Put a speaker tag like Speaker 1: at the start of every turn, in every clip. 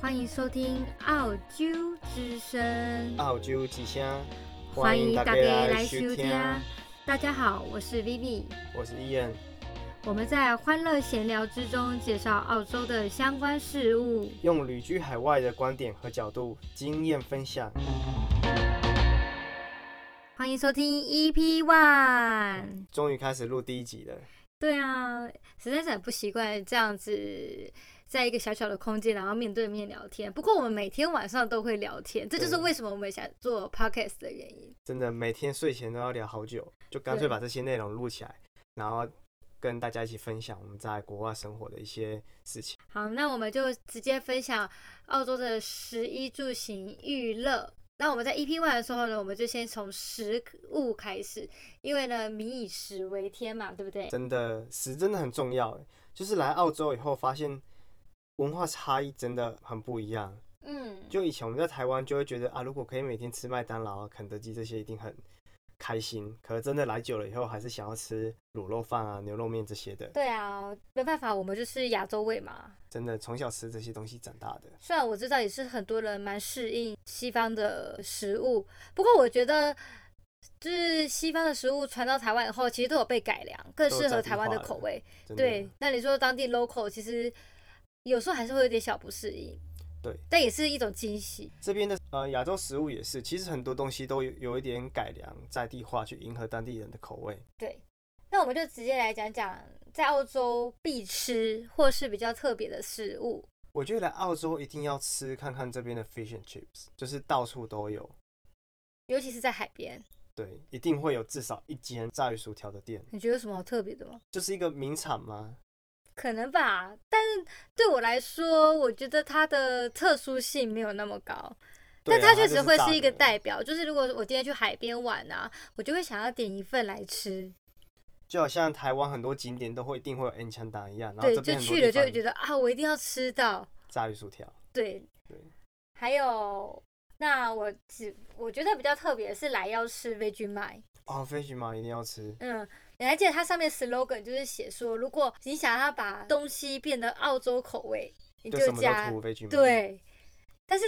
Speaker 1: 欢迎收听澳洲之声，
Speaker 2: 澳洲之声，
Speaker 1: 欢啊迎大家来收听。啊大家好，我是 Vivi，
Speaker 2: 我是 Ian。
Speaker 1: 我们在欢乐闲聊之中介绍澳洲的相关事物，
Speaker 2: 用旅居海外的观点和角度，经验分享。
Speaker 1: 欢迎收听 EP One。
Speaker 2: 终于开始录第一集了。
Speaker 1: 对啊，实在是很不习惯这样子，在一个小小的空间，然后面对面聊天。不过我们每天晚上都会聊天，这就是为什么我们想做 podcast 的原因。
Speaker 2: 真的，每天睡前都要聊好久，就干脆
Speaker 1: 对
Speaker 2: 把这些内容录起来，然后跟大家一起分享我们在国外生活的一些事情。
Speaker 1: 好，那我们就直接分享澳洲的食衣住行娱乐。那我们在 EP one 的时候呢，我们就先从食物开始，因为呢，民以食为天嘛，对不对？
Speaker 2: 真的，食真的很重要欸。就是来澳洲以后，发现文化差异真的很不一样。
Speaker 1: 嗯，
Speaker 2: 就以前我们在台湾就会觉得啊，如果可以每天吃麦当劳、啊、肯德基这些，一定很开心。可是真的来久了以后，还是想要吃卤肉饭啊、牛肉面这些的。
Speaker 1: 对啊，没办法，我们就是亚洲胃嘛。
Speaker 2: 真的，从小吃这些东西长大的。
Speaker 1: 虽然我知道也是很多人蛮适应西方的食物，不过我觉得就是西方的食物传到台湾以后，其实都有被改良，更
Speaker 2: 都
Speaker 1: 适合
Speaker 2: 在地
Speaker 1: 台湾的
Speaker 2: 化了
Speaker 1: 口味。
Speaker 2: 真的
Speaker 1: 对，那你说当地 local 其实有时候还是会有点小不适应，
Speaker 2: 对，
Speaker 1: 但也是一种惊喜。
Speaker 2: 这边的呃亚洲食物也是，其实很多东西都有有一点改良在地化，去迎合当地人的口味。
Speaker 1: 对，那我们就直接来讲讲在澳洲必吃或是比较特别的食物。
Speaker 2: 我觉得来澳洲一定要吃看看这边的 fish and chips，就是到处都有，
Speaker 1: 尤其是在海边，
Speaker 2: 对，一定会有至少一间炸鱼薯条的店，
Speaker 1: 你觉得有什么好特别的吗？
Speaker 2: 就是一个名产嘛。
Speaker 1: 可能吧，但是对我来说，我觉得它的特殊性没有那么高。
Speaker 2: 对啊
Speaker 1: 但它确实会
Speaker 2: 就是
Speaker 1: 一个
Speaker 2: 带，
Speaker 1: 代表，就是如果我今天去海边玩啊，我就会想要点一份来吃。
Speaker 2: 就好像台湾很多景点都会一定会有 N 枪档一样，然后
Speaker 1: 对，
Speaker 2: 这
Speaker 1: 就
Speaker 2: 边很多
Speaker 1: 去了就会
Speaker 2: 地
Speaker 1: 觉得啊，我一定要吃到。
Speaker 2: 方炸鱼薯条，
Speaker 1: 对，
Speaker 2: 对
Speaker 1: 还有，那我只我觉得比较特别是来要吃 veggie 麦，
Speaker 2: 哦，fish 嘛一定要吃，
Speaker 1: 嗯，你还记得它上面 slogan 就是写说，如果你想要把东西变得澳洲口味，你
Speaker 2: 就什么
Speaker 1: 加
Speaker 2: 都涂嗯 fish 嘛。，
Speaker 1: 对，但是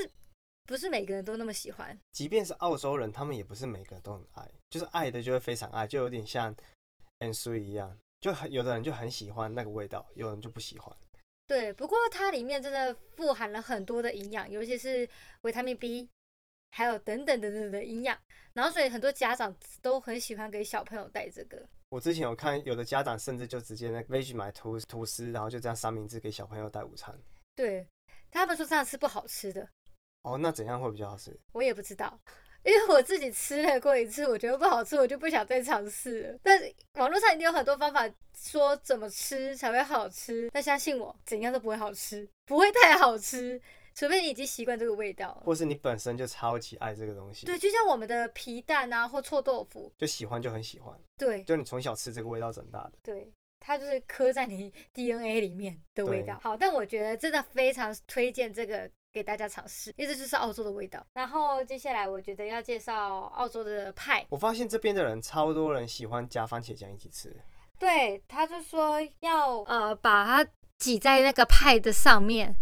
Speaker 1: 不是每个人都那么喜欢？
Speaker 2: 即便是澳洲人，他们也不是每个人都很爱，就是爱的就会非常爱，就有点像 N 苏一样，就很有的人就很喜欢那个味道，有人就不喜欢。
Speaker 1: 对，不过它里面真的富含了很多的营养，尤其是维他命 B，还有等等等等的营养。然后所以很多家长都很喜欢给小朋友带这个。
Speaker 2: 我之前有看有的家长甚至就直接那 veg 买吐吐司，然后就这样三明治给小朋友带午餐。
Speaker 1: 对，他们说这样是不好吃的，
Speaker 2: 哦，那怎样会比较好吃？
Speaker 1: 我也不知道， 因为我自己吃了过一次，我觉得不好吃，我就不想再尝试了。但是网络上一定有很多方法说怎么吃才会好吃，但相信我，怎样都不会好吃，不会太好吃，除非你已经习惯这个味道了。
Speaker 2: 或是你本身就超级爱这个东西，
Speaker 1: 对，就像我们的皮蛋啊，或臭豆腐，
Speaker 2: 就喜欢就很喜欢，
Speaker 1: 对
Speaker 2: 就你从小吃这个味道长大的。
Speaker 1: 对，它就是刻在你 DNA 里面的味
Speaker 2: 对
Speaker 1: 道。好，但我觉得真的非常推荐这个给大家尝试，因为这就是澳洲的味道。然后接下来我觉得要介绍澳洲的派，
Speaker 2: 我发现这边的人超多人喜欢加番茄酱一起吃，
Speaker 1: 对，他就说要呃把它挤在那个派的上面，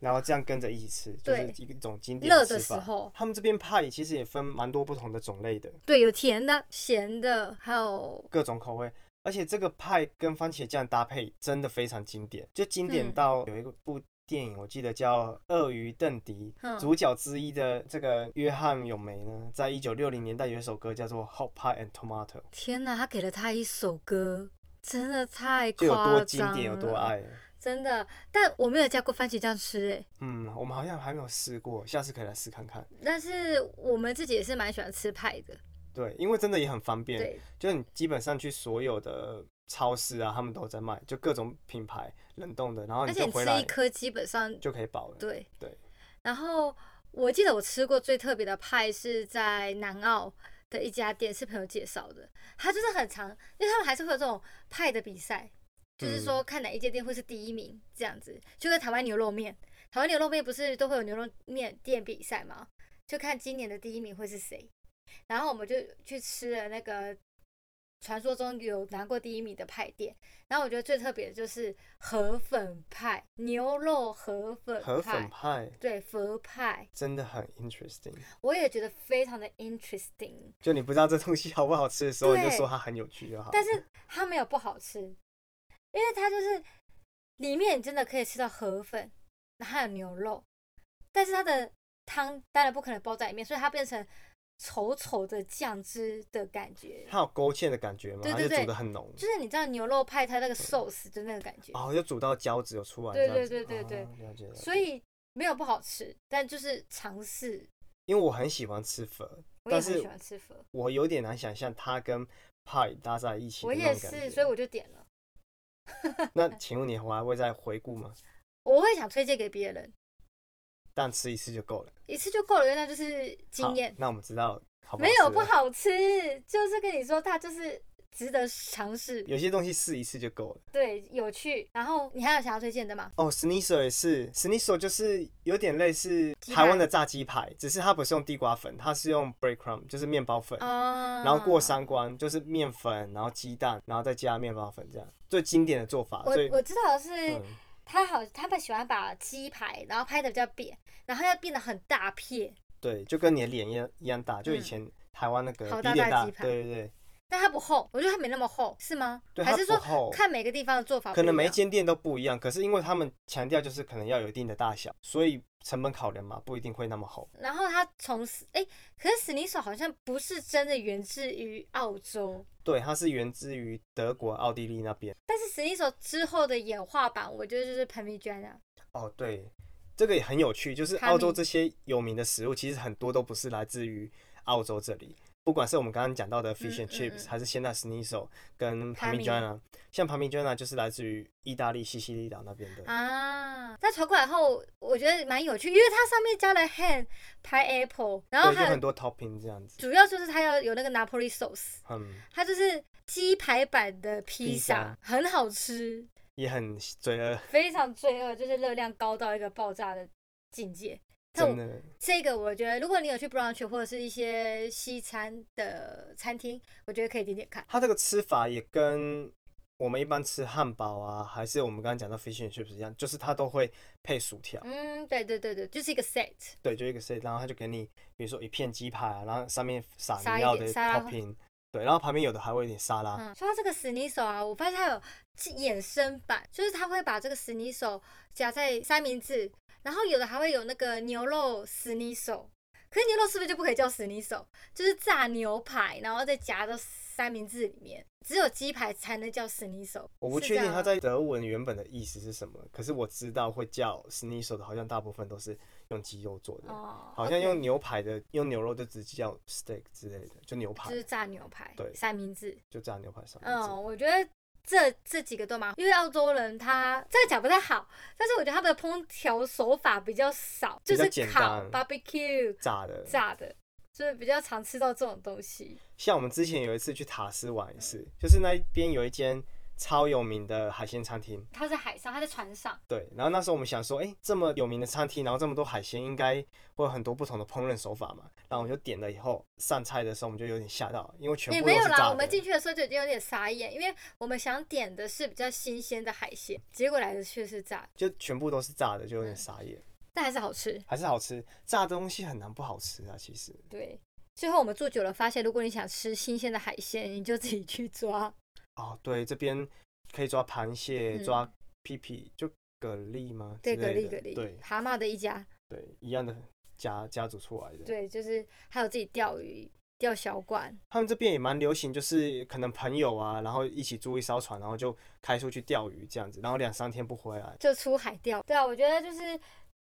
Speaker 2: 然后这样跟着一起吃，就是
Speaker 1: 对
Speaker 2: 一个一种经典
Speaker 1: 热
Speaker 2: 吃
Speaker 1: 的时
Speaker 2: 法。
Speaker 1: 候，
Speaker 2: 他们这边派其实也分蛮多不同的种类的，
Speaker 1: 对，有甜的、咸的，还有
Speaker 2: 各种口味。而且这个派跟番茄酱搭配真的非常经典，就经典
Speaker 1: 嗯
Speaker 2: 到有一个部电影，我记得叫《鳄鱼邓迪》，
Speaker 1: 嗯
Speaker 2: 主角之一的这个约翰咏梅呢，在一九六零年代有一首歌叫做《Hot Pie and Tomato》，
Speaker 1: 天哪，他给了他一首歌，真的太
Speaker 2: 就有
Speaker 1: 夸张
Speaker 2: 多经典有多
Speaker 1: 了
Speaker 2: 爱。
Speaker 1: 真的，但我没有加过番茄酱吃欸诶、
Speaker 2: 嗯，我们好像还没有试过，下次可以来试看看。
Speaker 1: 但是我们自己也是蛮喜欢吃派的，
Speaker 2: 对，因为真的也很方便，
Speaker 1: 对
Speaker 2: 就是你基本上去所有的超市啊，他们都在卖，就各种品牌冷冻的，然后
Speaker 1: 而
Speaker 2: 你
Speaker 1: 且
Speaker 2: 就
Speaker 1: 你
Speaker 2: 回
Speaker 1: 吃
Speaker 2: 来
Speaker 1: 一颗基本上
Speaker 2: 就可以饱了。
Speaker 1: 对
Speaker 2: 对。
Speaker 1: 然后我记得我吃过最特别的派是在南澳的一家店，是朋友介绍的，它就是很长，因为他们还是会有这种派的比赛，
Speaker 2: 嗯
Speaker 1: 就是说看哪一间店会是第一名这样子，就跟台湾牛肉面，台湾牛肉面不是都会有牛肉面店比赛吗？就看今年的第一名会是谁。然后我们就去吃了那个传说中有拿过第一名的派店。然后我觉得最特别的就是河粉派，牛肉河粉
Speaker 2: 河
Speaker 1: 派，
Speaker 2: 粉派
Speaker 1: 对，佛派，
Speaker 2: 真的很 interesting。
Speaker 1: 我也觉得非常的 interesting。
Speaker 2: 就你不知道这东西好不好吃的时候，你就
Speaker 1: 对
Speaker 2: 说它很有趣就好。
Speaker 1: 但是它没有不好吃，因为它就是里面你真的可以吃到河粉，还有牛肉，但是它的汤当然不可能包在里面，所以它变成稠稠的酱汁的感觉，
Speaker 2: 它有勾芡的感觉吗？
Speaker 1: 对对
Speaker 2: 它就
Speaker 1: 对
Speaker 2: 煮的很浓，
Speaker 1: 就是你知道牛肉派它那个 sauce 的那个感觉，
Speaker 2: 哦，就煮到胶质有出来这
Speaker 1: 对
Speaker 2: 样子。
Speaker 1: 对对对对
Speaker 2: 哦了解了解。
Speaker 1: 所以没有不好吃，但就是尝试。
Speaker 2: 因为我很喜欢吃粉，
Speaker 1: 我也
Speaker 2: 但是
Speaker 1: 很喜欢吃粉，
Speaker 2: 我有点难想象它跟派搭在一起的
Speaker 1: 我
Speaker 2: 那
Speaker 1: 也
Speaker 2: 种感觉。
Speaker 1: 是，所以我就点了。
Speaker 2: 那请问你还会再回顾吗？
Speaker 1: 我会想推荐给别人，
Speaker 2: 但吃一次就够了。
Speaker 1: 一次就够了，因为那就是
Speaker 2: 好
Speaker 1: 经验。
Speaker 2: 那我们知道好不好
Speaker 1: 没有
Speaker 2: 吃
Speaker 1: 不
Speaker 2: 了。
Speaker 1: 好吃，就是跟你说它就是值得尝试，
Speaker 2: 有些东西试一次就够了。
Speaker 1: 对，有趣。然后你还有想要推荐的吗？
Speaker 2: 哦 s n i s e r 也是 s n i s e r 就是有点类似
Speaker 1: 鸡
Speaker 2: 台湾
Speaker 1: 排
Speaker 2: 的炸鸡排，只是它不是用地瓜粉，它是用 breadcrumb，就是面包粉。
Speaker 1: 啊
Speaker 2: 然后过。三关就是面粉，然后鸡蛋，然后再加面包粉，这样最经典的做法。
Speaker 1: 我
Speaker 2: 所以，
Speaker 1: 我知道的是
Speaker 2: 嗯，
Speaker 1: 他好，他们喜欢把鸡排，然后拍的比较扁，然后要变得很大片，
Speaker 2: 对，就跟你的脸一样一样大，就以前台湾那个
Speaker 1: 嗯好
Speaker 2: 比
Speaker 1: 大
Speaker 2: 脸
Speaker 1: 大
Speaker 2: 大，
Speaker 1: 鸡排
Speaker 2: 对对对，
Speaker 1: 但它不厚，我觉得它没那么厚，是吗？
Speaker 2: 对
Speaker 1: 还
Speaker 2: 它
Speaker 1: 是
Speaker 2: 不
Speaker 1: 说
Speaker 2: 厚，
Speaker 1: 看每个地方的做法不
Speaker 2: 可
Speaker 1: 一样？
Speaker 2: 能每一间店都不一样。可是因为他们强调就是可能要有一定的大小，所以成本考量嘛，不一定会那么厚。
Speaker 1: 然后它从哎，可是史尼手好像不是真的源自于澳洲，
Speaker 2: 对，它是源自于德国、奥地利那边。
Speaker 1: 但是史尼手之后的演化版，我觉得就是彭丽娟啊，
Speaker 2: 哦，对，这个也很有趣，就是
Speaker 1: 哈
Speaker 2: 澳洲
Speaker 1: 密
Speaker 2: 这些有名的食物，其实很多都不是来自于澳洲这里。不管是我们刚刚讲到的 fish and
Speaker 1: 嗯嗯
Speaker 2: chips，、
Speaker 1: 嗯
Speaker 2: 还是现在 s n i s e l 跟
Speaker 1: 哈
Speaker 2: p a m i
Speaker 1: 密
Speaker 2: g i a n a 像 p a m i g i a n a 就是来自于意大利西西里岛那边的。
Speaker 1: 啊，但传过来后，我觉得蛮有趣，因为它上面加了 ham、pineapple，然后
Speaker 2: 对，就
Speaker 1: 还
Speaker 2: 很
Speaker 1: 有
Speaker 2: 多 topping 这样子，
Speaker 1: 主要就是它要有那个 Napoli sauce，
Speaker 2: 嗯，
Speaker 1: 它就是鸡排版的披
Speaker 2: 披萨
Speaker 1: 萨，很好吃，
Speaker 2: 也很罪恶，
Speaker 1: 非常罪恶，就是热量高到一个爆炸的境界。但我
Speaker 2: 真的
Speaker 1: 这个我觉得，如果你有去 brunch 或者是一些西餐的餐厅，我觉得可以点点看。
Speaker 2: 它这个吃法也跟我们一般吃汉堡啊，还是我们刚刚讲到 fish and chips 一样，就是它都会配薯条，
Speaker 1: 嗯，对对对对，就是一个 set，
Speaker 2: 对，就一个 set，然后它就给你，比如说一片鸡排啊，然后上面撒
Speaker 1: 撒
Speaker 2: 你
Speaker 1: 一
Speaker 2: 要
Speaker 1: 点
Speaker 2: 的
Speaker 1: 沙拉
Speaker 2: topping，对，然后旁边有的还会有点沙拉，
Speaker 1: 嗯，说到这个死尼手啊，我发现它有衍生版，就是它会把这个死尼手夹在三明治，然后有的还会有那个牛肉死尼手。可是牛肉是不是就不可以叫死尼手？就是炸牛排，然后再夹到三明治里面，只有鸡排才能叫死尼手。
Speaker 2: 我不
Speaker 1: 是
Speaker 2: 确
Speaker 1: 这
Speaker 2: 定
Speaker 1: 样啊
Speaker 2: 它
Speaker 1: 吗
Speaker 2: 在德文原本的意思是什么，可是我知道会叫 s n i s e l 的，好像大部分都是用鸡肉做的，
Speaker 1: 哦，
Speaker 2: 好像
Speaker 1: OK，
Speaker 2: 用牛排的，用牛肉就直接叫 steak 之类的，就牛排
Speaker 1: 就是炸牛排，
Speaker 2: 对
Speaker 1: 三明治。
Speaker 2: 就炸牛排上面
Speaker 1: 嗯，我觉得这这几个都蛮好，因为澳洲人他这个讲不太好，但是我觉得他们的烹调手法比较少，
Speaker 2: 比
Speaker 1: 就
Speaker 2: 较
Speaker 1: 是
Speaker 2: 简
Speaker 1: 烤
Speaker 2: 单
Speaker 1: barbecue
Speaker 2: 炸的。
Speaker 1: 炸的，就是比较常吃到这种东西。
Speaker 2: 像我们之前有一次去塔斯玩一次，就是那边有一间超有名的海鲜餐厅，
Speaker 1: 它在海上，它在船上，
Speaker 2: 对，然后那时候我们想说，哎、这么有名的餐厅，然后这么多海鲜，应该会有很多不同的烹饪手法嘛。然后我们就点了以后，上菜的时候我们就有点吓到，因为全
Speaker 1: 也
Speaker 2: 部都
Speaker 1: 没有
Speaker 2: 是
Speaker 1: 啦。
Speaker 2: 炸
Speaker 1: 我们进
Speaker 2: 的。
Speaker 1: 去的时候就已经有点傻眼，因为我们想点的是比较新鲜的海鲜，结果来的却是炸的，
Speaker 2: 就全部都是炸的，
Speaker 1: 嗯
Speaker 2: 就有点傻眼，
Speaker 1: 但还是好吃。
Speaker 2: 还是好吃。炸的东西很难不好吃啊，其实
Speaker 1: 对，最后我们住久了，发现如果你想吃新鲜的海鲜，你就自己去抓。
Speaker 2: 哦，对，这边可以抓螃蟹，
Speaker 1: 嗯
Speaker 2: 抓屁屁，就蛤蜊吗？
Speaker 1: 对，
Speaker 2: 之
Speaker 1: 蛤
Speaker 2: 类
Speaker 1: 蜊
Speaker 2: 的
Speaker 1: 蛤蜊，
Speaker 2: 对
Speaker 1: 蛤蟆的一家。
Speaker 2: 对，一样的家家族出来的。
Speaker 1: 对，就是还有自己钓鱼、钓小管，
Speaker 2: 他们这边也蛮流行，就是可能朋友啊，然后一起租一艘船，然后就开出去钓鱼这样子，然后两三天不回来。
Speaker 1: 就出海钓。对啊，我觉得就是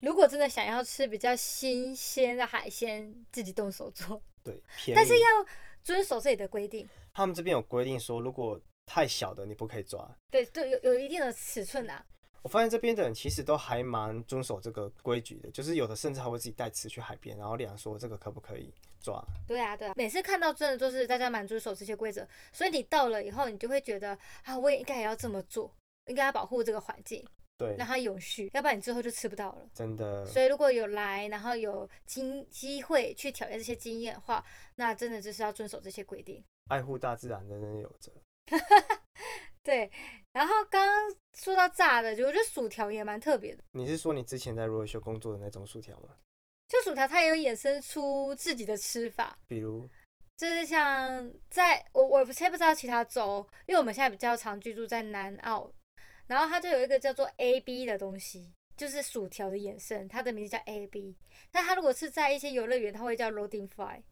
Speaker 1: 如果真的想要吃比较新鲜的海鲜，自己动手做，
Speaker 2: 对，便宜。
Speaker 1: 但是要遵守这里的规定。
Speaker 2: 他们这边有规定说，如果太小的你不可以抓。
Speaker 1: 对对，有有一定的尺寸啊。
Speaker 2: 我发现这边的人其实都还蛮遵守这个规矩的，就是有的甚至还会自己带吃去海边，然后量说这个可不可以抓。
Speaker 1: 对啊，对啊，每次看到真的都是大家蛮遵守这些规则，所以你到了以后，你就会觉得啊，我也应该也要这么做，应该要保护这个环境，
Speaker 2: 对
Speaker 1: 让，它永续，要不然你之后就吃不到了。
Speaker 2: 真的
Speaker 1: 所以如果有来，然后有经机会去挑战这些经验的话，那真的就是要遵守这些规定。
Speaker 2: 爱护大自然，人人有责。
Speaker 1: 对，然后刚刚说到炸的，我觉得薯条也蛮特别的。
Speaker 2: 你是说你之前在罗秀工作的那种薯条吗？
Speaker 1: 就薯条它也有衍生出自己的吃法，
Speaker 2: 比如，
Speaker 1: 就是像在我我现在不知道其他州，因为我们现在比较常居住在南澳，然后它就有一个叫做 A B 的东西，就是薯条的衍生，它的名字叫 A B。但它如果是在一些游乐园，它会叫 Loading Fry。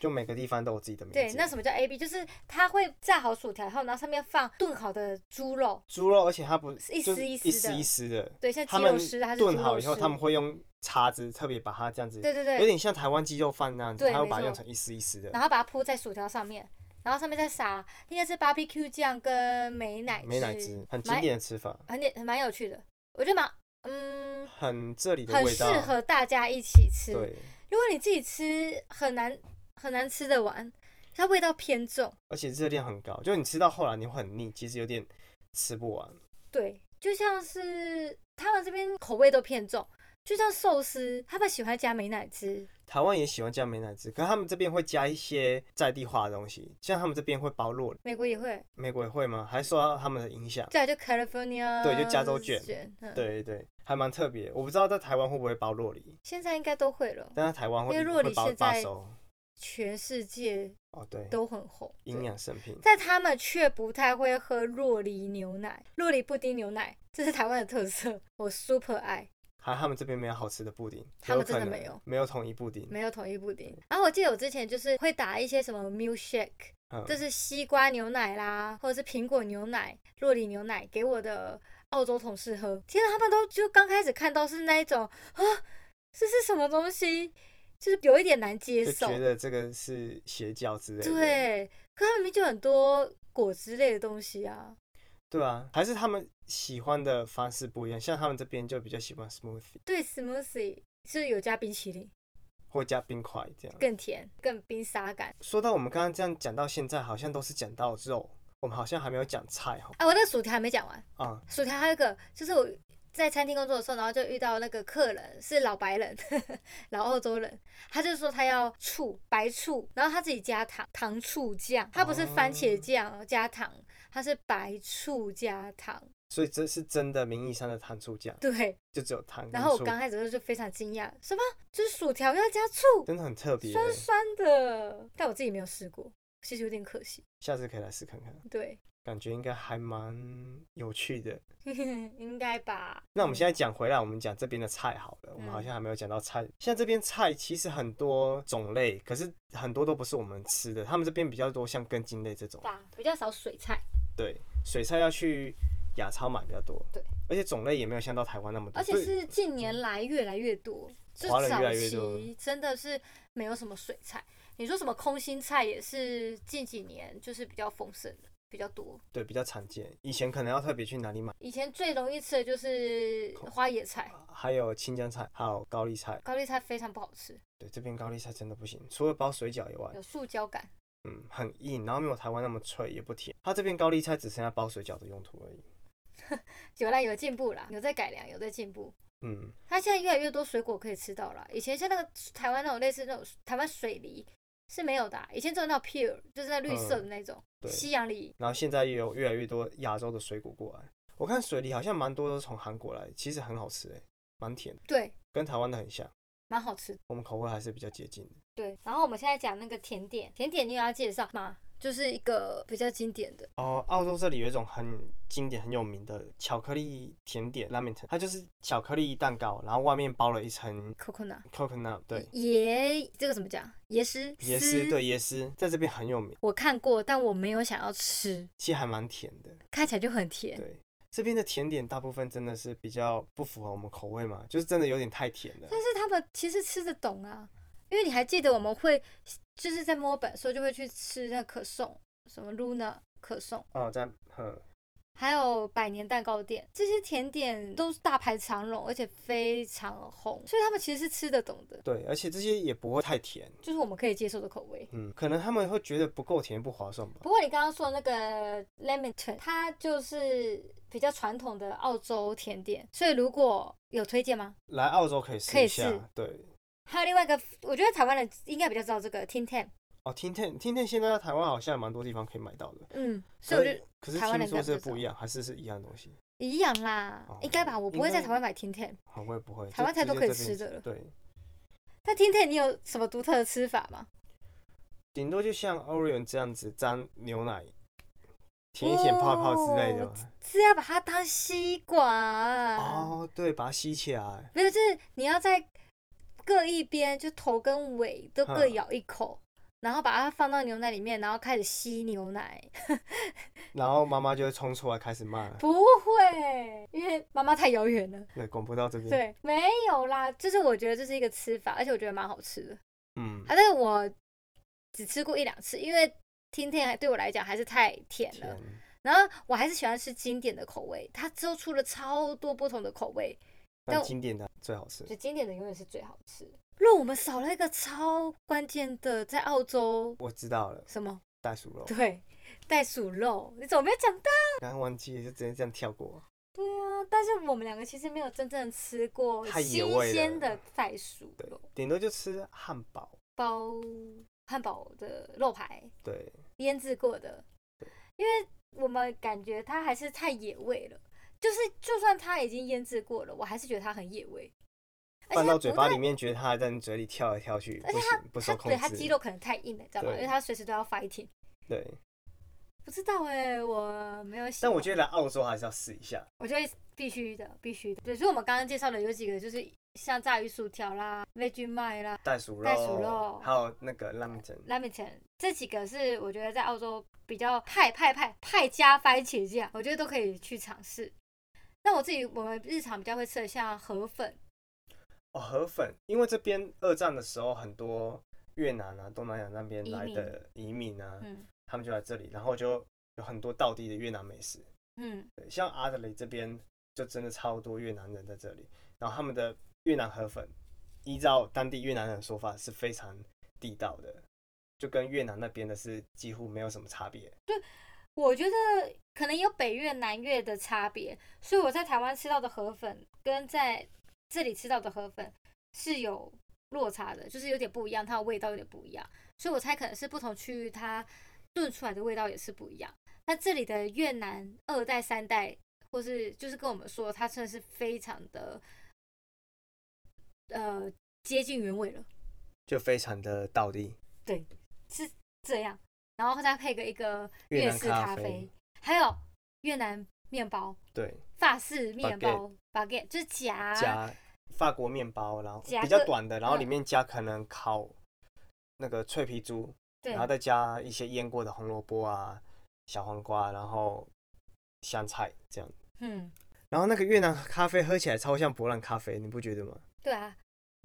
Speaker 2: 就每个地方都有自己的名字。
Speaker 1: 对，那什么叫 A B？就是它会炸好薯条后，然后上面放炖好的猪肉，
Speaker 2: 猪肉，而且它不
Speaker 1: 一
Speaker 2: 就是
Speaker 1: 丝一
Speaker 2: 一
Speaker 1: 丝的
Speaker 2: 丝一丝的，
Speaker 1: 对，像
Speaker 2: 他
Speaker 1: 鸡
Speaker 2: 们
Speaker 1: 肉丝还是猪
Speaker 2: 炖好
Speaker 1: 肉
Speaker 2: 以后，他们
Speaker 1: 丝。
Speaker 2: 会用叉子特别把它这样子，
Speaker 1: 对对
Speaker 2: 有
Speaker 1: 对，
Speaker 2: 点像台湾鸡肉饭那样子，
Speaker 1: 对
Speaker 2: 它会把
Speaker 1: 没
Speaker 2: 它
Speaker 1: 错
Speaker 2: 用成一丝一丝的
Speaker 1: 然后把它铺在薯条上面，然后上面再撒应该是 barbecue 酱跟美乃
Speaker 2: 美乃滋，很经
Speaker 1: 蛮
Speaker 2: 典的吃法，
Speaker 1: 很点蛮有趣的，我觉得蛮嗯
Speaker 2: 很这里的
Speaker 1: 很
Speaker 2: 味
Speaker 1: 适
Speaker 2: 道。
Speaker 1: 合大家一起吃。如
Speaker 2: 对，
Speaker 1: 果你自己吃很难很难吃得完，它味道偏重。
Speaker 2: 而且热量很高，就你吃到后来你会很腻，其实有点吃不完。
Speaker 1: 对，就像是他们这边口味都偏重，就像寿司，他们喜欢加美乃滋。
Speaker 2: 台湾也喜欢加美乃滋，可是他们这边会加一些在地化的东西，像他们这边会包肉，
Speaker 1: 美国也会，
Speaker 2: 美国也会吗？还受到他们的影响？
Speaker 1: 再来就 California，
Speaker 2: 对就加州卷
Speaker 1: 嗯，
Speaker 2: 对对对，还蛮特别。我不知道在台湾会不会包洛梨，
Speaker 1: 现在应该都会了，
Speaker 2: 但在台湾会
Speaker 1: 因为洛梨
Speaker 2: 会包
Speaker 1: 现在
Speaker 2: 大收。
Speaker 1: 全世界
Speaker 2: 哦，对，
Speaker 1: 都很红。
Speaker 2: 营
Speaker 1: 对
Speaker 2: 养圣品。
Speaker 1: 但他们却不太会喝洛梨牛奶、洛梨布丁牛奶，这是台湾的特色，我 super 爱。
Speaker 2: 还他们这边没有好吃的布丁，
Speaker 1: 他们真的
Speaker 2: 可能
Speaker 1: 没有，
Speaker 2: 没有统一布丁，
Speaker 1: 没有统一布丁。然后我记得我之前就是会打一些什么 milkshake，
Speaker 2: 嗯
Speaker 1: 就是西瓜牛奶啦，或者是苹果牛奶、洛梨牛奶给我的澳洲同事喝。天啊，他们都就刚开始看到是那一种啊，这是什么东西？就是有一点难接
Speaker 2: 就
Speaker 1: 受。
Speaker 2: 觉得这个是邪教之类的。
Speaker 1: 对，可他们明明就很多果汁类的东西啊。
Speaker 2: 对啊，还是他们喜欢的方式不一样，像他们这边就比较喜欢 smoothie
Speaker 1: 对，smoothie 是有加冰淇淋，
Speaker 2: 或加冰块这样。
Speaker 1: 更甜，更冰沙感。
Speaker 2: 说到我们刚刚这样讲到现在，好像都是讲到肉，我们好像还没有讲菜哈。
Speaker 1: 啊，我那个薯条还没讲完。
Speaker 2: 啊、
Speaker 1: 薯条还有一个，就是我在餐厅工作的时候，然后就遇到那个客人是老白人， 老澳洲人，他就说他要醋白醋，然后他自己加糖糖醋酱，他不是番
Speaker 2: 哦
Speaker 1: 茄酱哦加糖，他是白醋加糖，
Speaker 2: 所以这是真的名义上的糖醋酱，
Speaker 1: 对。
Speaker 2: 就只有糖跟
Speaker 1: 然后我
Speaker 2: 醋
Speaker 1: 刚开始就非常惊讶，什么就是薯条要加醋，
Speaker 2: 真的很特别欸，
Speaker 1: 酸酸的，但我自己没有试过，其实有点可惜。
Speaker 2: 下次可以来试看看，
Speaker 1: 对，
Speaker 2: 感觉应该还蛮有趣的。
Speaker 1: 应该吧。
Speaker 2: 那我们现在讲回来，我们讲这边的菜好了，我们好
Speaker 1: 嗯
Speaker 2: 像还没有讲到菜。像这边菜其实很多种类，可是很多都不是我们吃的，他们这边比较多像根茎类这种，
Speaker 1: 吧，比较少水菜。
Speaker 2: 对，水菜要去亚超买比较多，
Speaker 1: 对，
Speaker 2: 而且种类也没有像到台湾那么多，
Speaker 1: 而且
Speaker 2: 所以
Speaker 1: 是近年来越来越多，就
Speaker 2: 华人越
Speaker 1: 早
Speaker 2: 来越多
Speaker 1: 期真的是没有什么水菜。你说什么空心菜也是近几年就是比较丰盛的，比较多。
Speaker 2: 对比较常见。以前可能要特别去哪里买，
Speaker 1: 以前最容易吃的就是花野菜，
Speaker 2: 还有青江菜，还有高丽菜，
Speaker 1: 高丽菜非常不好吃，
Speaker 2: 对，这边高丽菜真的不行，除了包水饺以外，
Speaker 1: 有塑胶感。
Speaker 2: 嗯，很硬，然后没有台湾那么脆，也不甜。它这边高丽菜只剩下包水饺的用途而已，
Speaker 1: 有啦，有进步啦，有在改良，有在进步。
Speaker 2: 嗯，
Speaker 1: 它现在越来越多水果可以吃到啦。以前像那个台湾那种类似那种台湾水梨是没有的啊、以前只有那种 pear，就是那绿色的那种、
Speaker 2: 嗯对。
Speaker 1: 西洋梨，
Speaker 2: 然后现在也有越来越多亚洲的水果过来。我看水梨好像蛮多都是从韩国来，其实很好吃诶，蛮甜的，
Speaker 1: 对，
Speaker 2: 跟台湾的很像，
Speaker 1: 蛮好吃的
Speaker 2: 我们口味还是比较接近的。
Speaker 1: 对，然后我们现在讲那个甜点，甜点你有要介绍吗？就是一个比较经典的，
Speaker 2: 哦，澳洲这里有一种很经典、很有名的巧克力甜点 l a m i n t o n 它就是巧克力蛋糕，然后外面包了一层
Speaker 1: coconut，
Speaker 2: coconut，对，
Speaker 1: 椰这个怎么讲？椰丝，
Speaker 2: 椰丝，，对，椰丝在这边很有名，
Speaker 1: 我看过，但我没有想要吃，
Speaker 2: 其实还蛮甜的。
Speaker 1: 看起来就很甜。
Speaker 2: 对，这边的甜点大部分真的是比较不符合我们口味嘛，就是真的有点太甜了。
Speaker 1: 但是他们其实吃得懂啊，因为你还记得我们会就是在墨尔本的时候就会去吃那可颂，什么 Luna 可颂，
Speaker 2: 哦，在嗯，
Speaker 1: 还有百年蛋糕店，这些甜点都是大排长龙，而且非常红，所以他们其实是吃得懂的，
Speaker 2: 对，而且这些也不会太甜，
Speaker 1: 就是我们可以接受的口味。
Speaker 2: 嗯，可能他们会觉得不够甜不划算吧。
Speaker 1: 不过你刚刚说的那个 lemon，它就是比较传统的澳洲甜点，所以如果有推荐吗？
Speaker 2: 来澳洲可以试
Speaker 1: 可以
Speaker 2: 一下
Speaker 1: 试，
Speaker 2: 对，
Speaker 1: 还有另外一个，我觉得台湾人应该比较知道这个 Tin Tam，
Speaker 2: 哦，听天听天现在在台湾好像蛮多地方可以买到的，
Speaker 1: 嗯，所以我
Speaker 2: 可
Speaker 1: 就是
Speaker 2: 可是
Speaker 1: 台湾
Speaker 2: 听
Speaker 1: 人
Speaker 2: 说
Speaker 1: 比较
Speaker 2: 是
Speaker 1: 少
Speaker 2: 不一样，还是是一样的东西？
Speaker 1: 一样啦，
Speaker 2: 哦
Speaker 1: 应该吧？我不会在
Speaker 2: 应该
Speaker 1: 台湾买 Tin Ten，
Speaker 2: 哦我也不会，
Speaker 1: 台湾
Speaker 2: 就
Speaker 1: 太多
Speaker 2: 直
Speaker 1: 可
Speaker 2: 接
Speaker 1: 以
Speaker 2: 这边
Speaker 1: 吃的了
Speaker 2: 对，
Speaker 1: 但 Tin Ten 你有什么独特的吃法吗？
Speaker 2: 顶多就像 Oreo 这样子沾牛奶，舔一舔泡泡之类的
Speaker 1: 哦。是要把它当吸管？
Speaker 2: 哦，对，把它吸起来。
Speaker 1: 没有，就是你要在各一边，就头跟尾都各
Speaker 2: 嗯
Speaker 1: 咬一口，然后把它放到牛奶里面，然后开始吸牛奶。
Speaker 2: 然后妈妈就会冲出来开始骂了。
Speaker 1: 不会，因为妈妈太遥远了。
Speaker 2: 对，广播到这边，
Speaker 1: 对，没有啦，就是我觉得这是一个吃法，而且我觉得蛮好吃的。
Speaker 2: 嗯
Speaker 1: 啊，，但是我只吃过一两次，因为天天还对我来讲还是太甜了。
Speaker 2: 甜，
Speaker 1: 然后我还是喜欢吃经典的口味，它之后出了超多不同的口味，但
Speaker 2: 但
Speaker 1: 我
Speaker 2: 经典的最好吃。
Speaker 1: 就经典的永远是最好吃。肉我们少了一个超关键的，在澳洲
Speaker 2: 我知道了，
Speaker 1: 什么？
Speaker 2: 袋鼠肉，
Speaker 1: 对，袋鼠肉，你怎么没有讲到？
Speaker 2: 刚刚忘记了就直接这样跳过。
Speaker 1: 对啊，但是我们两个其实没有真正吃过
Speaker 2: 太野
Speaker 1: 新
Speaker 2: 味了
Speaker 1: 鲜的袋鼠
Speaker 2: 对
Speaker 1: 肉，
Speaker 2: 顶多就吃汉堡，
Speaker 1: 包汉堡的肉排
Speaker 2: 对，
Speaker 1: 腌制过的，因为我们感觉它还是太野味了。就是就算它已经腌制过了，我还是觉得它很野味，而
Speaker 2: 放
Speaker 1: 且它不
Speaker 2: 到嘴巴里面，觉得它还在你嘴里跳来跳去，
Speaker 1: 而且
Speaker 2: 不行，
Speaker 1: 他
Speaker 2: 不受
Speaker 1: 对
Speaker 2: 控
Speaker 1: 他肌
Speaker 2: 制。
Speaker 1: 肉可能太硬了，你知道吗？因
Speaker 2: 对
Speaker 1: 为他随时都要 fighting。
Speaker 2: 对，
Speaker 1: 不知道哎、我没有喜欢。
Speaker 2: 但我觉
Speaker 1: 得，
Speaker 2: 得来澳洲还是要试一下。
Speaker 1: 我觉得必须的，必须的。对，所以我们刚刚介绍的有几个，就是像炸鱼薯条啦、veggie 麦啦、
Speaker 2: 袋鼠肉，
Speaker 1: 袋鼠肉
Speaker 2: 还有那个拉面卷，
Speaker 1: 拉面前这几个是我觉得在澳洲比较派派派派加番茄酱，我觉得都可以去尝试。那我自己我们日常比较会吃的像河粉，
Speaker 2: 哦，河粉，因为这边二战的时候，很多越南啊、东南亚那边来的移民啊，
Speaker 1: 嗯
Speaker 2: 他们就来这里，然后就有很多道地的越南美食。
Speaker 1: 嗯，
Speaker 2: 对，像阿德雷这边就真的超多越南人在这里，然后他们的越南河粉，依照当地越南人的说法是非常地道的，就跟越南那边的是几乎没有什么差别。
Speaker 1: 我觉得可能有北越南越的差别，所以我在台湾吃到的河粉跟在这里吃到的河粉是有落差的，就是有点不一样，它的味道有点不一样，所以我猜可能是不同区域它炖出来的味道也是不一样。那这里的越南二代、三代，或是就是跟我们说，它真的是非常的呃接近原味了。
Speaker 2: 就非常的道地。
Speaker 1: 这样，然后再配个一个
Speaker 2: 越
Speaker 1: 越
Speaker 2: 南
Speaker 1: 式
Speaker 2: 咖
Speaker 1: 咖
Speaker 2: 啡
Speaker 1: 啡，还有越南面包、
Speaker 2: 对，
Speaker 1: 法式面包、baguette，就是夹
Speaker 2: 加法国面包，然后
Speaker 1: 啊夹
Speaker 2: 比较
Speaker 1: 个
Speaker 2: 短的，然后
Speaker 1: 嗯
Speaker 2: 里面加可能烤那个脆皮猪，
Speaker 1: 对
Speaker 2: 然后再加一些腌过的红萝卜啊、小黄瓜，然后香菜这样。
Speaker 1: 嗯，
Speaker 2: 然后那个越南咖啡喝起来超像博朗咖啡，你不觉得吗？
Speaker 1: 对啊，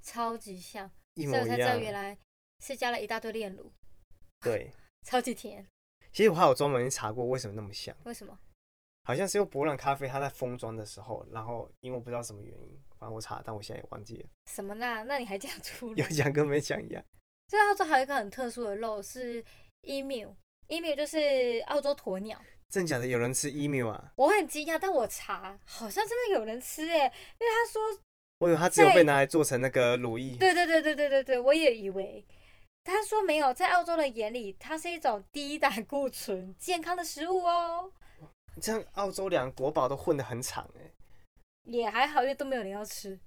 Speaker 1: 超级像，
Speaker 2: 一
Speaker 1: 所以
Speaker 2: 模
Speaker 1: 我
Speaker 2: 一
Speaker 1: 才知道
Speaker 2: 样。
Speaker 1: 原来是加了一大堆炼乳，
Speaker 2: 对，
Speaker 1: 超级甜。
Speaker 2: 其实我还有专门去查过为什么那么像，
Speaker 1: 为什么？
Speaker 2: 好像是用博朗咖啡它在封装的时候，然后因为我不知道什么原因，反正我查，但我现在也忘记 了，
Speaker 1: 什么啦？那你还讲出
Speaker 2: 有
Speaker 1: 来？
Speaker 2: 讲跟没讲一样。
Speaker 1: 这澳洲还有一个很特殊的肉是 emu。emu 就是澳洲鸵鸟，
Speaker 2: 真假的？有人吃 emu 啊？
Speaker 1: 我很惊讶，但我查好像真的有人吃欸诶、因为他说
Speaker 2: 我以为它只有
Speaker 1: 在
Speaker 2: 被拿来做成那个乳液。
Speaker 1: 对对对对对对对，我也以为。他说没有，在澳洲的眼里，它是一种低胆固醇健康的食物哦，
Speaker 2: 这样澳洲两国宝都混得很长哎、
Speaker 1: 也还好，因为都没有人要吃。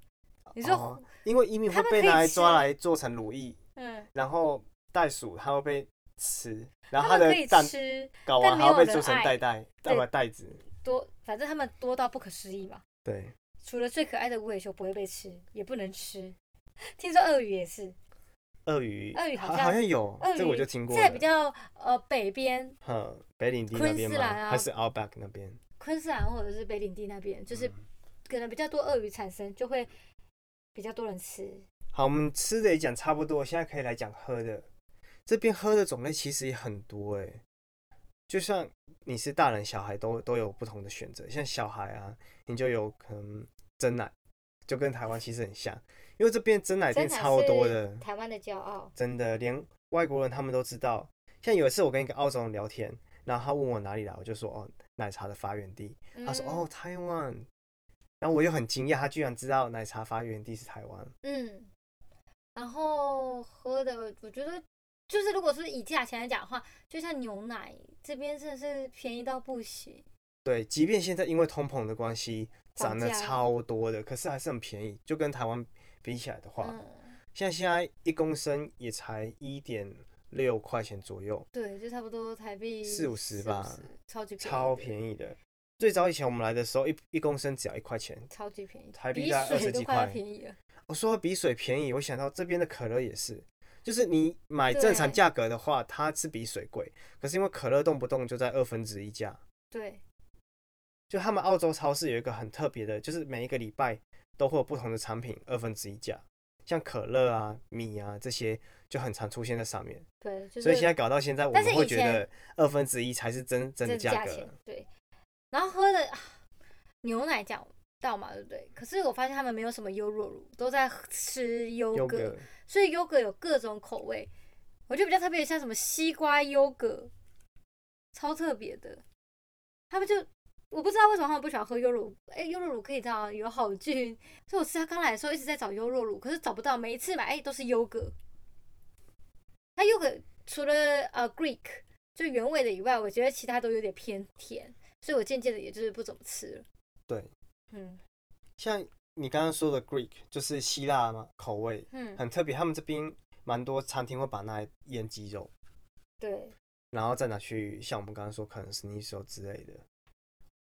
Speaker 1: 你说，
Speaker 2: 哦因为伊米
Speaker 1: 他
Speaker 2: 会
Speaker 1: 们
Speaker 2: 被
Speaker 1: 可以
Speaker 2: 拿来
Speaker 1: 吃
Speaker 2: 抓来做成乳液，
Speaker 1: 嗯，
Speaker 2: 然后袋鼠它会被吃，然后
Speaker 1: 他
Speaker 2: 它
Speaker 1: 们
Speaker 2: 的
Speaker 1: 可以
Speaker 2: 蛋
Speaker 1: 吃但
Speaker 2: 睾丸
Speaker 1: 没
Speaker 2: 还
Speaker 1: 有
Speaker 2: 会被
Speaker 1: 人
Speaker 2: 做成
Speaker 1: 爱
Speaker 2: 袋袋，
Speaker 1: 哎对
Speaker 2: 袋吧袋子。
Speaker 1: 多，反正他们多到不可思议嘛。
Speaker 2: 对，
Speaker 1: 除了最可爱的无尾熊不会被吃，也不能吃。听说鳄鱼也是，
Speaker 2: 鳄鱼，
Speaker 1: 鳄鱼好
Speaker 2: 好
Speaker 1: 像
Speaker 2: 像有
Speaker 1: 鳄，鱼
Speaker 2: 这个我就听过
Speaker 1: 在比
Speaker 2: 了。
Speaker 1: 较呃北边，
Speaker 2: 嗯，北领地那
Speaker 1: 昆
Speaker 2: 边
Speaker 1: 士
Speaker 2: 吗？
Speaker 1: 兰啊
Speaker 2: 还是 Outback 那边？
Speaker 1: 昆士兰或者是北领地那边，就是
Speaker 2: 嗯
Speaker 1: 可能比较多鳄鱼产生，就会比较多人吃。
Speaker 2: 好，我们吃的也讲差不多，现在可以来讲喝的。这边喝的种类其实也很多哎、就像你是大人小孩都都有不同的选择，像小孩啊，你就有可能真奶，就跟台湾其实很像，因为这边真奶店
Speaker 1: 真奶
Speaker 2: 超多
Speaker 1: 是
Speaker 2: 的，
Speaker 1: 台湾的骄傲，
Speaker 2: 真的连外国人他们都知道。像有一次我跟一个澳洲人聊天，然后他问我哪里来，我就说哦奶茶的发源地，他说
Speaker 1: 嗯
Speaker 2: 哦，台湾，然后我就很惊讶，他居然知道奶茶发源地是台湾。
Speaker 1: 嗯，然后喝的我觉得就是如果是以价钱来讲的话，就像牛奶这边真的是便宜到不行。
Speaker 2: 对，即便现在因为通膨的关系涨了
Speaker 1: 涨价
Speaker 2: 超多的，可是还是很便宜，就跟台湾比起来的话，
Speaker 1: 嗯，
Speaker 2: 像现在一公升也才一点六块钱左右，
Speaker 1: 对，就差不多台币
Speaker 2: 四五十吧
Speaker 1: 四五十超级便宜
Speaker 2: 超
Speaker 1: 宜，
Speaker 2: 便宜的。最早以前我们来的时候，一一公升只要一块钱。
Speaker 1: 超级便宜，
Speaker 2: 台币
Speaker 1: 比
Speaker 2: 大概
Speaker 1: 水
Speaker 2: 20
Speaker 1: 都
Speaker 2: 几
Speaker 1: 快要
Speaker 2: 块
Speaker 1: 便宜了。
Speaker 2: 我说到比水便宜，我想到这边的可乐也是，就是你买
Speaker 1: 对
Speaker 2: 正常价格的话，它是比水贵，可是因为可乐动不动就在二分之一价。
Speaker 1: 对，
Speaker 2: 就他们澳洲超市有一个很特别的，就是每一个礼拜都会有不同的产品二分之一价，像可乐啊、米啊这些就很常出现在上面。
Speaker 1: 对，就是
Speaker 2: 所以现在搞到现在，我
Speaker 1: 但
Speaker 2: 们
Speaker 1: 是以
Speaker 2: 会觉
Speaker 1: 前
Speaker 2: 得二分之一才是真真
Speaker 1: 这
Speaker 2: 的价格
Speaker 1: 钱。对。然后喝的、啊牛奶讲到嘛，对不对？可是我发现他们没有什么优酪乳，都在吃优
Speaker 2: 优
Speaker 1: 格，
Speaker 2: 格
Speaker 1: 所以优格有各种口味。我觉得比较特别，像什么西瓜优格，超特别的。他们就我不知道为什么他们不喜欢喝优酪乳，哎、优酪乳可以这样有好菌，所以我吃它刚来的时候一直在找优酪乳，可是找不到，每一次买哎、都是优格。它优格除了呃 Greek 就原味的以外，我觉得其他都有点偏甜，所以我渐渐的也就是不怎么吃了。
Speaker 2: 对，
Speaker 1: 嗯
Speaker 2: 像你刚刚说的 Greek 就是希腊嘛口味，
Speaker 1: 嗯，
Speaker 2: 很特别。他们这边蛮多餐厅会把它拿来腌鸡肉，
Speaker 1: 对。
Speaker 2: 然后再拿去像我们刚刚说可能是 n i s o 之类的。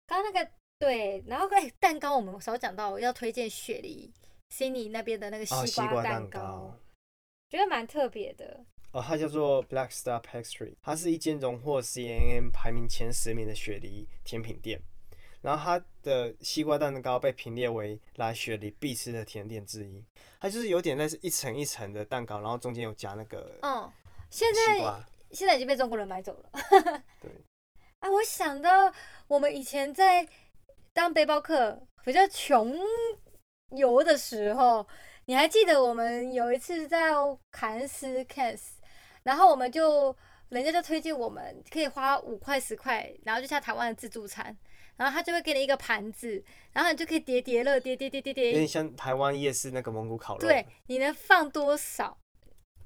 Speaker 1: 刚刚那个对，然后哎、蛋糕我们少讲到，要推荐雪梨 Sydney 那边的那个
Speaker 2: 哦，西瓜
Speaker 1: 瓜
Speaker 2: 蛋
Speaker 1: 糕，
Speaker 2: 糕。
Speaker 1: 觉得蛮特别的。
Speaker 2: 哦，它叫做 Black Star Pastry，它是一间荣获 CNN 排名前十名的雪梨甜品店。然后它的西瓜蛋糕被评列为来雪梨必吃的甜点之一。它就是有点类似一层一层的蛋糕，然后中间有加那个
Speaker 1: 嗯，现
Speaker 2: 西
Speaker 1: 在
Speaker 2: 瓜。
Speaker 1: 现在已经被中国人买走了。
Speaker 2: 对。
Speaker 1: 啊，我想到我们以前在当背包客比较穷游的时候，你还记得我们有一次在呃凯恩斯 c a s 然后我们就人家就推荐我们可以花五块十块，然后就像台湾的自助餐，然后他就会给你一个盘子，然后你就可以叠叠乐，叠叠叠叠
Speaker 2: 有
Speaker 1: 叠
Speaker 2: 点，像台湾夜市那个蒙古烤肉，
Speaker 1: 对，你能放多少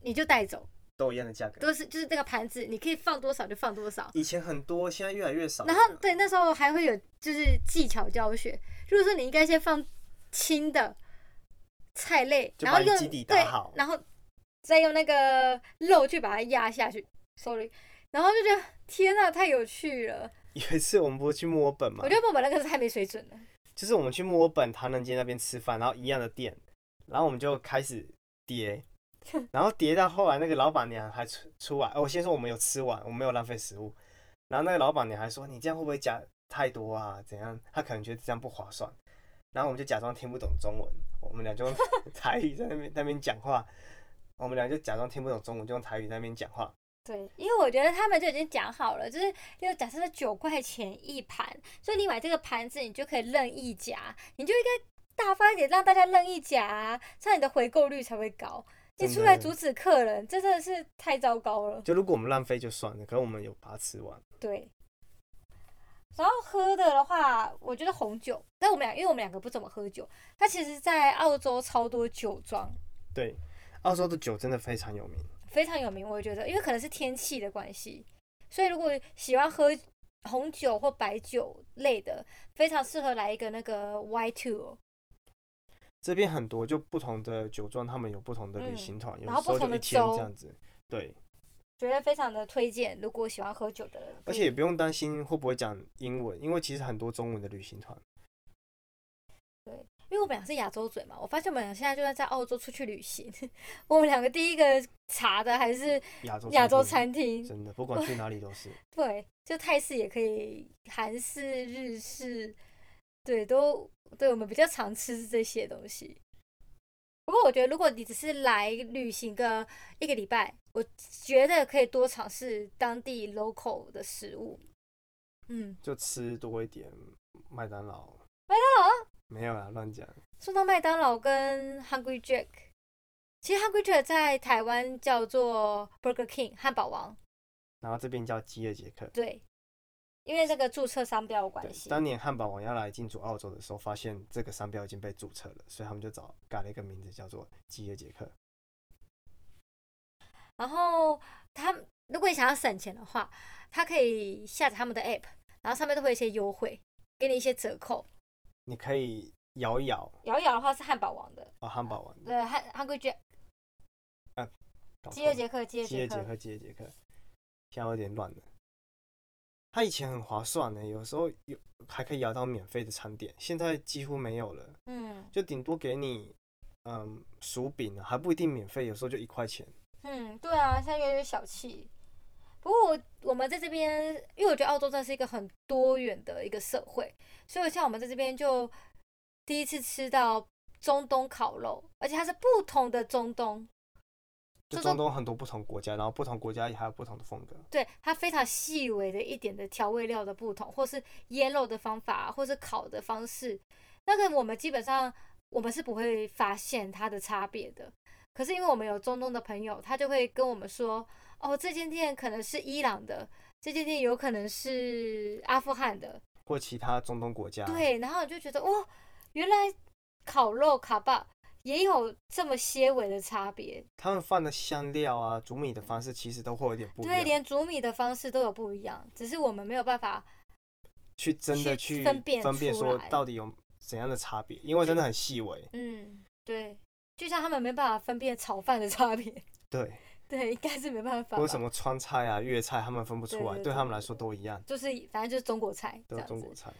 Speaker 1: 你就带走，
Speaker 2: 都一样的价格。
Speaker 1: 都是就是这个盘子，你可以放多少就放多少。
Speaker 2: 以前很多，现在越来越少了。
Speaker 1: 然后对，那时候还会有就是技巧教学，如果说你应该先放轻的菜类，
Speaker 2: 就
Speaker 1: 然
Speaker 2: 把
Speaker 1: 后
Speaker 2: 你
Speaker 1: 用
Speaker 2: 基底
Speaker 1: 对
Speaker 2: 打好，
Speaker 1: 然后再用那个肉去把它压下去。Sorry，然后就觉得天呐，太有趣了！
Speaker 2: 有一次我们不是去墨尔本嘛
Speaker 1: 我觉，得我们那个是太没水准了。
Speaker 2: 就是我们去墨尔本唐人街那边吃饭，然后一样的店，然后我们就开始叠，然后叠到后来那个老板娘还出出来，哦，我先说我们有吃完，我们没有浪费食物，然后那个老板娘还说你这样会不会加太多啊？怎样？她可能觉得这样不划算，然后我们就假装听不懂中文，我们俩就用台语在那边那边讲话，我们俩就假装听不懂中文，就用台语在那边讲话，
Speaker 1: 对，因为我觉得他们就已经讲好了，就是就假设是九块钱一盘，所以你买这个盘子，你就可以任意夹，你就应该大方一点，让大家任意夹、啊，这样你的回购率才会高。你
Speaker 2: 真
Speaker 1: 出来
Speaker 2: 的
Speaker 1: 阻止客人，这真的是太糟糕了。
Speaker 2: 就如果我们浪费就算了，可是我们有把它吃完。
Speaker 1: 对。然后喝的的话，我觉得红酒，但我们俩因为我们两个不怎么喝酒，它其实，在澳洲超多酒庄
Speaker 2: 对，澳洲的酒真的非常有名。
Speaker 1: 非常有名，我觉得，因为可能是天气的关系，所以如果喜欢喝红酒或白酒类的，非常适合来一个那个 Y two，哦
Speaker 2: 这边很多就不同的酒庄，他们有不同的
Speaker 1: 嗯
Speaker 2: 旅行团，有
Speaker 1: 然后
Speaker 2: 时候
Speaker 1: 不同
Speaker 2: 就
Speaker 1: 的
Speaker 2: 一天
Speaker 1: 州
Speaker 2: 这样子。对，
Speaker 1: 觉得非常的推荐。如果喜欢喝酒的人，
Speaker 2: 而且也不用担心会不会讲英文，因为其实很多中文的旅行团。
Speaker 1: 因为我们俩是亚洲嘴嘛，我发现我们俩现在就算在澳洲出去旅行， 我们两个第一个查的还是
Speaker 2: 亚洲
Speaker 1: 亚洲餐
Speaker 2: 餐
Speaker 1: 厅
Speaker 2: 厅，真的不管去哪里都 是。
Speaker 1: 对，就泰式也可以，韩式、日式，对，都对我们比较常吃这些东西。不过我觉得，如果你只是来旅行个一个礼拜，我觉得可以多尝试当地 local 的食物。嗯，
Speaker 2: 就吃多一点麦当劳，
Speaker 1: 麦当劳啊
Speaker 2: 没有啦，乱讲。
Speaker 1: 说到麦当劳跟 Hungry Jack，其实 Hungry Jack 在台湾叫做 Burger King 汉堡王，
Speaker 2: 然后这边叫吉尔杰克。
Speaker 1: 对，因为这个注册商标的
Speaker 2: 对
Speaker 1: 关，系。
Speaker 2: 当年汉堡王要来进驻澳洲的时候，发现这个商标已经被注册了，所以他们就找改了一个名字叫做吉尔杰克。
Speaker 1: 然后他们如果你想要省钱的话，他可以下载他们的 app，然后上面都会有一些优惠，给你一些折扣。
Speaker 2: 你可以摇一摇
Speaker 1: 摇一摇的话是汉堡王的，
Speaker 2: 哦，汉堡王的，
Speaker 1: 呃，汉汉贵卷，
Speaker 2: 搞
Speaker 1: 饥饿
Speaker 2: 错了
Speaker 1: 杰克，饥饿
Speaker 2: 饥
Speaker 1: 杰
Speaker 2: 饿杰
Speaker 1: 克，
Speaker 2: 克，饥饿杰克，现在有点乱了。它以前很划算的，有时候有还可以摇到免费的餐点，现在几乎没有了，
Speaker 1: 嗯
Speaker 2: 就顶多给你嗯薯饼、啊，还不一定免费，有时候就一块钱。
Speaker 1: 嗯，对啊，现在越来越小气。不过我我们在这边，因为我觉得澳洲真的是一个很多元的一个社会，所以像我们在这边就第一次吃到中东烤肉，而且它是不同的中东，
Speaker 2: 就
Speaker 1: 这
Speaker 2: 中
Speaker 1: 都
Speaker 2: 东很多不同国家，然后不同国家也还有不同的风格。
Speaker 1: 对它非常细微的一点的调味料的不同，或是腌肉的方法，或是烤的方式，那个我们基本上我们是不会发现它的差别的。可是因为我们有中东的朋友，他就会跟我们说，哦，这间店可能是伊朗的，这间店有可能是阿富汗的，
Speaker 2: 或其他中东国家，，
Speaker 1: 对，然后你就觉得哇、原来烤肉卡巴也有这么些微的差别，
Speaker 2: 他们放的香料啊、煮米的方式其实都会有点不一
Speaker 1: 对，
Speaker 2: 样，
Speaker 1: 连煮米的方式都有不一样，只是我们没有办法
Speaker 2: 去真的
Speaker 1: 去
Speaker 2: 去
Speaker 1: 分辨
Speaker 2: 分辨
Speaker 1: 出
Speaker 2: 说
Speaker 1: 来
Speaker 2: 到底有怎样的差别，因为真的很细微。
Speaker 1: 嗯，对，就像他们没办法分辨炒饭的差别，
Speaker 2: 对，
Speaker 1: 对，应该是没办法吧。
Speaker 2: 或者什么川菜啊、粤菜，他们分不出
Speaker 1: 对
Speaker 2: 来，
Speaker 1: 对
Speaker 2: 对
Speaker 1: 对
Speaker 2: 他们来说都一样，
Speaker 1: 就是反正就是中国菜这
Speaker 2: 都是
Speaker 1: 样
Speaker 2: 中国
Speaker 1: 子。
Speaker 2: 菜。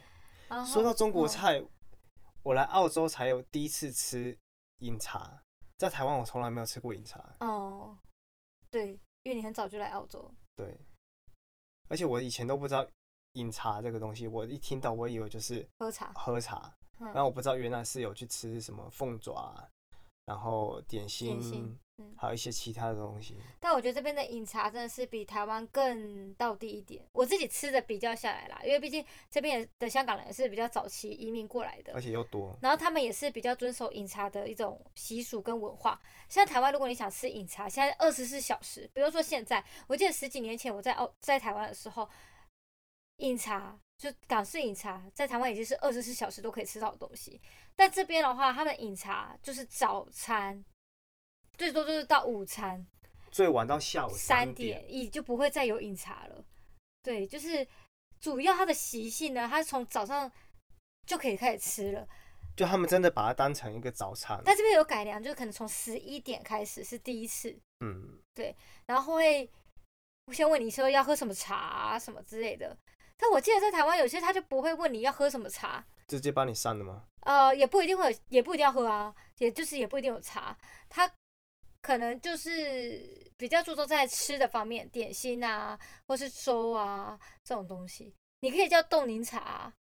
Speaker 1: 然后
Speaker 2: 说到中国
Speaker 1: 嗯
Speaker 2: 菜，我来澳洲才有第一次吃饮茶，在台湾我从来没有吃过饮茶。
Speaker 1: 哦，对，因为你很早就来澳洲，
Speaker 2: 对，而且我以前都不知道饮茶这个东西，我一听到我以为就是
Speaker 1: 喝茶，
Speaker 2: 喝茶，
Speaker 1: 嗯
Speaker 2: 哦然后我不知道原来是有去吃什么凤爪啊，然后点心，
Speaker 1: 点心嗯
Speaker 2: 还有一些其他的东西。
Speaker 1: 但我觉得这边的饮茶真的是比台湾更到地一点。我自己吃的比较下来啦，因为毕竟这边的香港人是比较早期移民过来的
Speaker 2: 而，且又多，
Speaker 1: 然后他们也是比较遵守饮茶的一种习俗跟文化。像台湾，如果你想吃饮茶，现在二十四小时，比如说现在，我记得十几年前我在澳在台湾的时候，饮茶就港式饮茶在台湾已经是二十四小时都可以吃到的东西。但这边的话，他们饮茶就是早餐，最多就是到午餐
Speaker 2: 最晚到下午
Speaker 1: 三
Speaker 2: 点
Speaker 1: 点，，已就不会再有饮茶了。对，就是主要它的习性呢，它是从早上就可以开始吃了。
Speaker 2: 就他们真的把它当成一个早餐。
Speaker 1: 但这边有改良，就是可能从十一点开始是第一次，
Speaker 2: 嗯，
Speaker 1: 然后会先问你说要喝什么茶、啊、什么之类的。但我记得在台湾有些他就不会问你要喝什么茶，
Speaker 2: 直接帮你上的吗？
Speaker 1: 呃，也不一定会有，也不一定要喝啊，也就是也不一定有茶，他可能就是比较注重在吃的方面，点心啊，或是粥啊这种东西。你可以叫冻柠茶啊、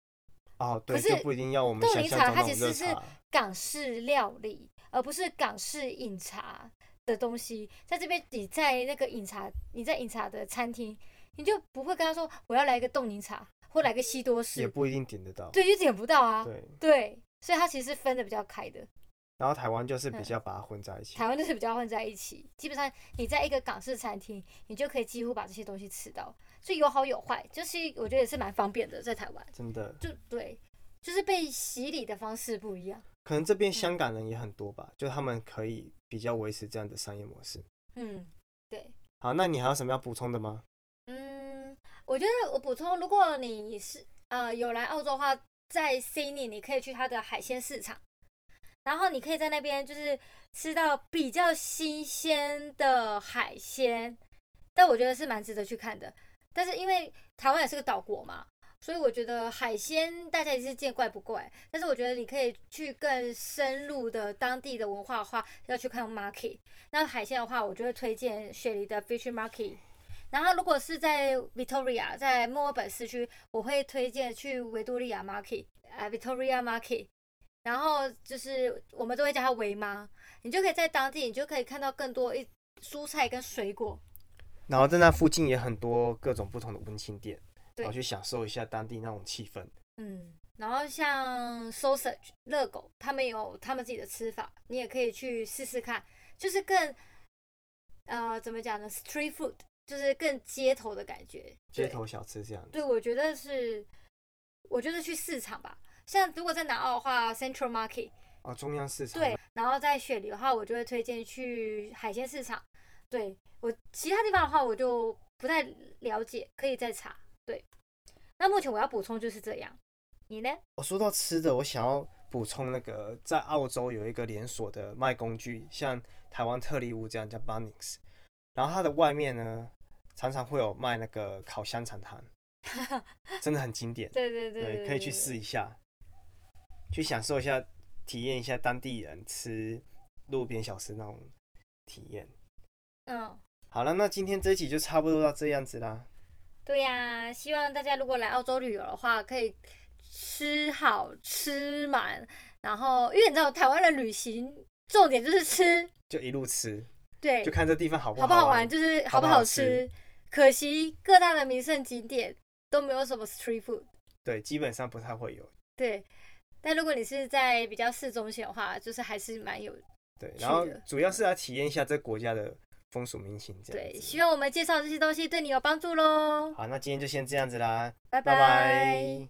Speaker 2: 哦，对，
Speaker 1: 可是
Speaker 2: 就不一定要我们
Speaker 1: 冻
Speaker 2: 想
Speaker 1: 柠
Speaker 2: 象
Speaker 1: 茶
Speaker 2: 中
Speaker 1: 它
Speaker 2: 那
Speaker 1: 其
Speaker 2: 种热
Speaker 1: 实是
Speaker 2: 茶。
Speaker 1: 港式料理，而不是港式饮茶的东西。在这边，你在那个饮茶，你在饮茶的餐厅，你就不会跟他说我要来一个冻柠茶，或来个西多
Speaker 2: 也
Speaker 1: 士，
Speaker 2: 不一定点得到。
Speaker 1: 对，就点不到啊。
Speaker 2: 对，
Speaker 1: 对，所以它其实分的比较开的。
Speaker 2: 然后台湾就是比
Speaker 1: 嗯
Speaker 2: 较把它混在一起。
Speaker 1: 台湾就是比较混在一起，基本上你在一个港式餐厅，你就可以几乎把这些东西吃到，所以有好有坏，就是我觉得也是蛮方便的，在台湾
Speaker 2: 真的，
Speaker 1: 就对，就是被洗礼的方式不一样。
Speaker 2: 可能这
Speaker 1: 嗯
Speaker 2: 边香港人也很多吧，就他们可以比较维持这样的商业模式。
Speaker 1: 嗯，对。
Speaker 2: 好，那你还有什么要补充的吗？
Speaker 1: 嗯，我觉得我补充，如果你是呃有来澳洲的话，在 Sydney 你可以去它的海鲜市场，然后你可以在那边就是吃到比较新鲜的海鲜，但我觉得是蛮值得去看的。但是因为台湾也是个岛国嘛，所以我觉得海鲜大家也是见怪不怪。但是我觉得你可以去更深入的当地的文化的话，要去看 market。那海鲜的话，我就会推荐雪梨的 Fish Market。然后如果是在 Victoria，在墨尔本市区，我会推荐去维多利亚 Market，呃，Victoria Market。然后就是我们都会叫它维妈，你就可以在当地，你就可以看到更多一蔬菜跟水果。
Speaker 2: 然后在那附近也很多各种不同的温馨店，
Speaker 1: 对
Speaker 2: 然后去享受一下当地那种气氛。
Speaker 1: 嗯，然后像 sausage 热狗，他们有他们自己的吃法，你也可以去试试看，就是更呃怎么讲呢，street food，就是更街头的感觉。
Speaker 2: 街
Speaker 1: 对
Speaker 2: 头小吃这样子，
Speaker 1: 对，我觉得是，我觉得去市场吧。像如果在南澳的话，Central Market，
Speaker 2: 哦，中央市场，
Speaker 1: 对，然后在雪梨的话，我就会推荐去海鲜市场。对我其他地方的话，我就不太了解，可以再查。对，那目前我要补充就是这样。你呢？
Speaker 2: 我哦说到吃的，我想要补充那个，在澳洲有一个连锁的卖工具，像台湾特力屋这样叫 Bunnings，然后它的外面呢，常常会有卖那个烤香肠摊，真的很经典。
Speaker 1: 对对对
Speaker 2: 对，可以去试一下，去享受一下，体验一下当地人吃路边小吃那种体验。
Speaker 1: 嗯，
Speaker 2: 好了，那今天这一集就差不多到这样子啦。
Speaker 1: 对呀、希望大家如果来澳洲旅游的话，可以吃好吃满，然后因为你知道台湾的旅行重点就是吃，
Speaker 2: 就一路吃，
Speaker 1: 对
Speaker 2: 就，看这地方好不
Speaker 1: 好不
Speaker 2: 好
Speaker 1: 好玩就是好
Speaker 2: 好不
Speaker 1: 不
Speaker 2: 好
Speaker 1: 好
Speaker 2: 吃
Speaker 1: 吃。可惜各大的名胜景点都没有什么 street food。
Speaker 2: 对，基本上不太会有。
Speaker 1: 对，但如果你是在比较市中心的话，就是还是蛮有
Speaker 2: 对，
Speaker 1: 去
Speaker 2: 然后
Speaker 1: 了
Speaker 2: 主要是来体验一下这国家的风俗民情这样
Speaker 1: 对。
Speaker 2: 子。
Speaker 1: 希望我们介绍这些东西对你有帮助喽，
Speaker 2: 好，那今天就先这样子啦，
Speaker 1: 拜
Speaker 2: 拜拜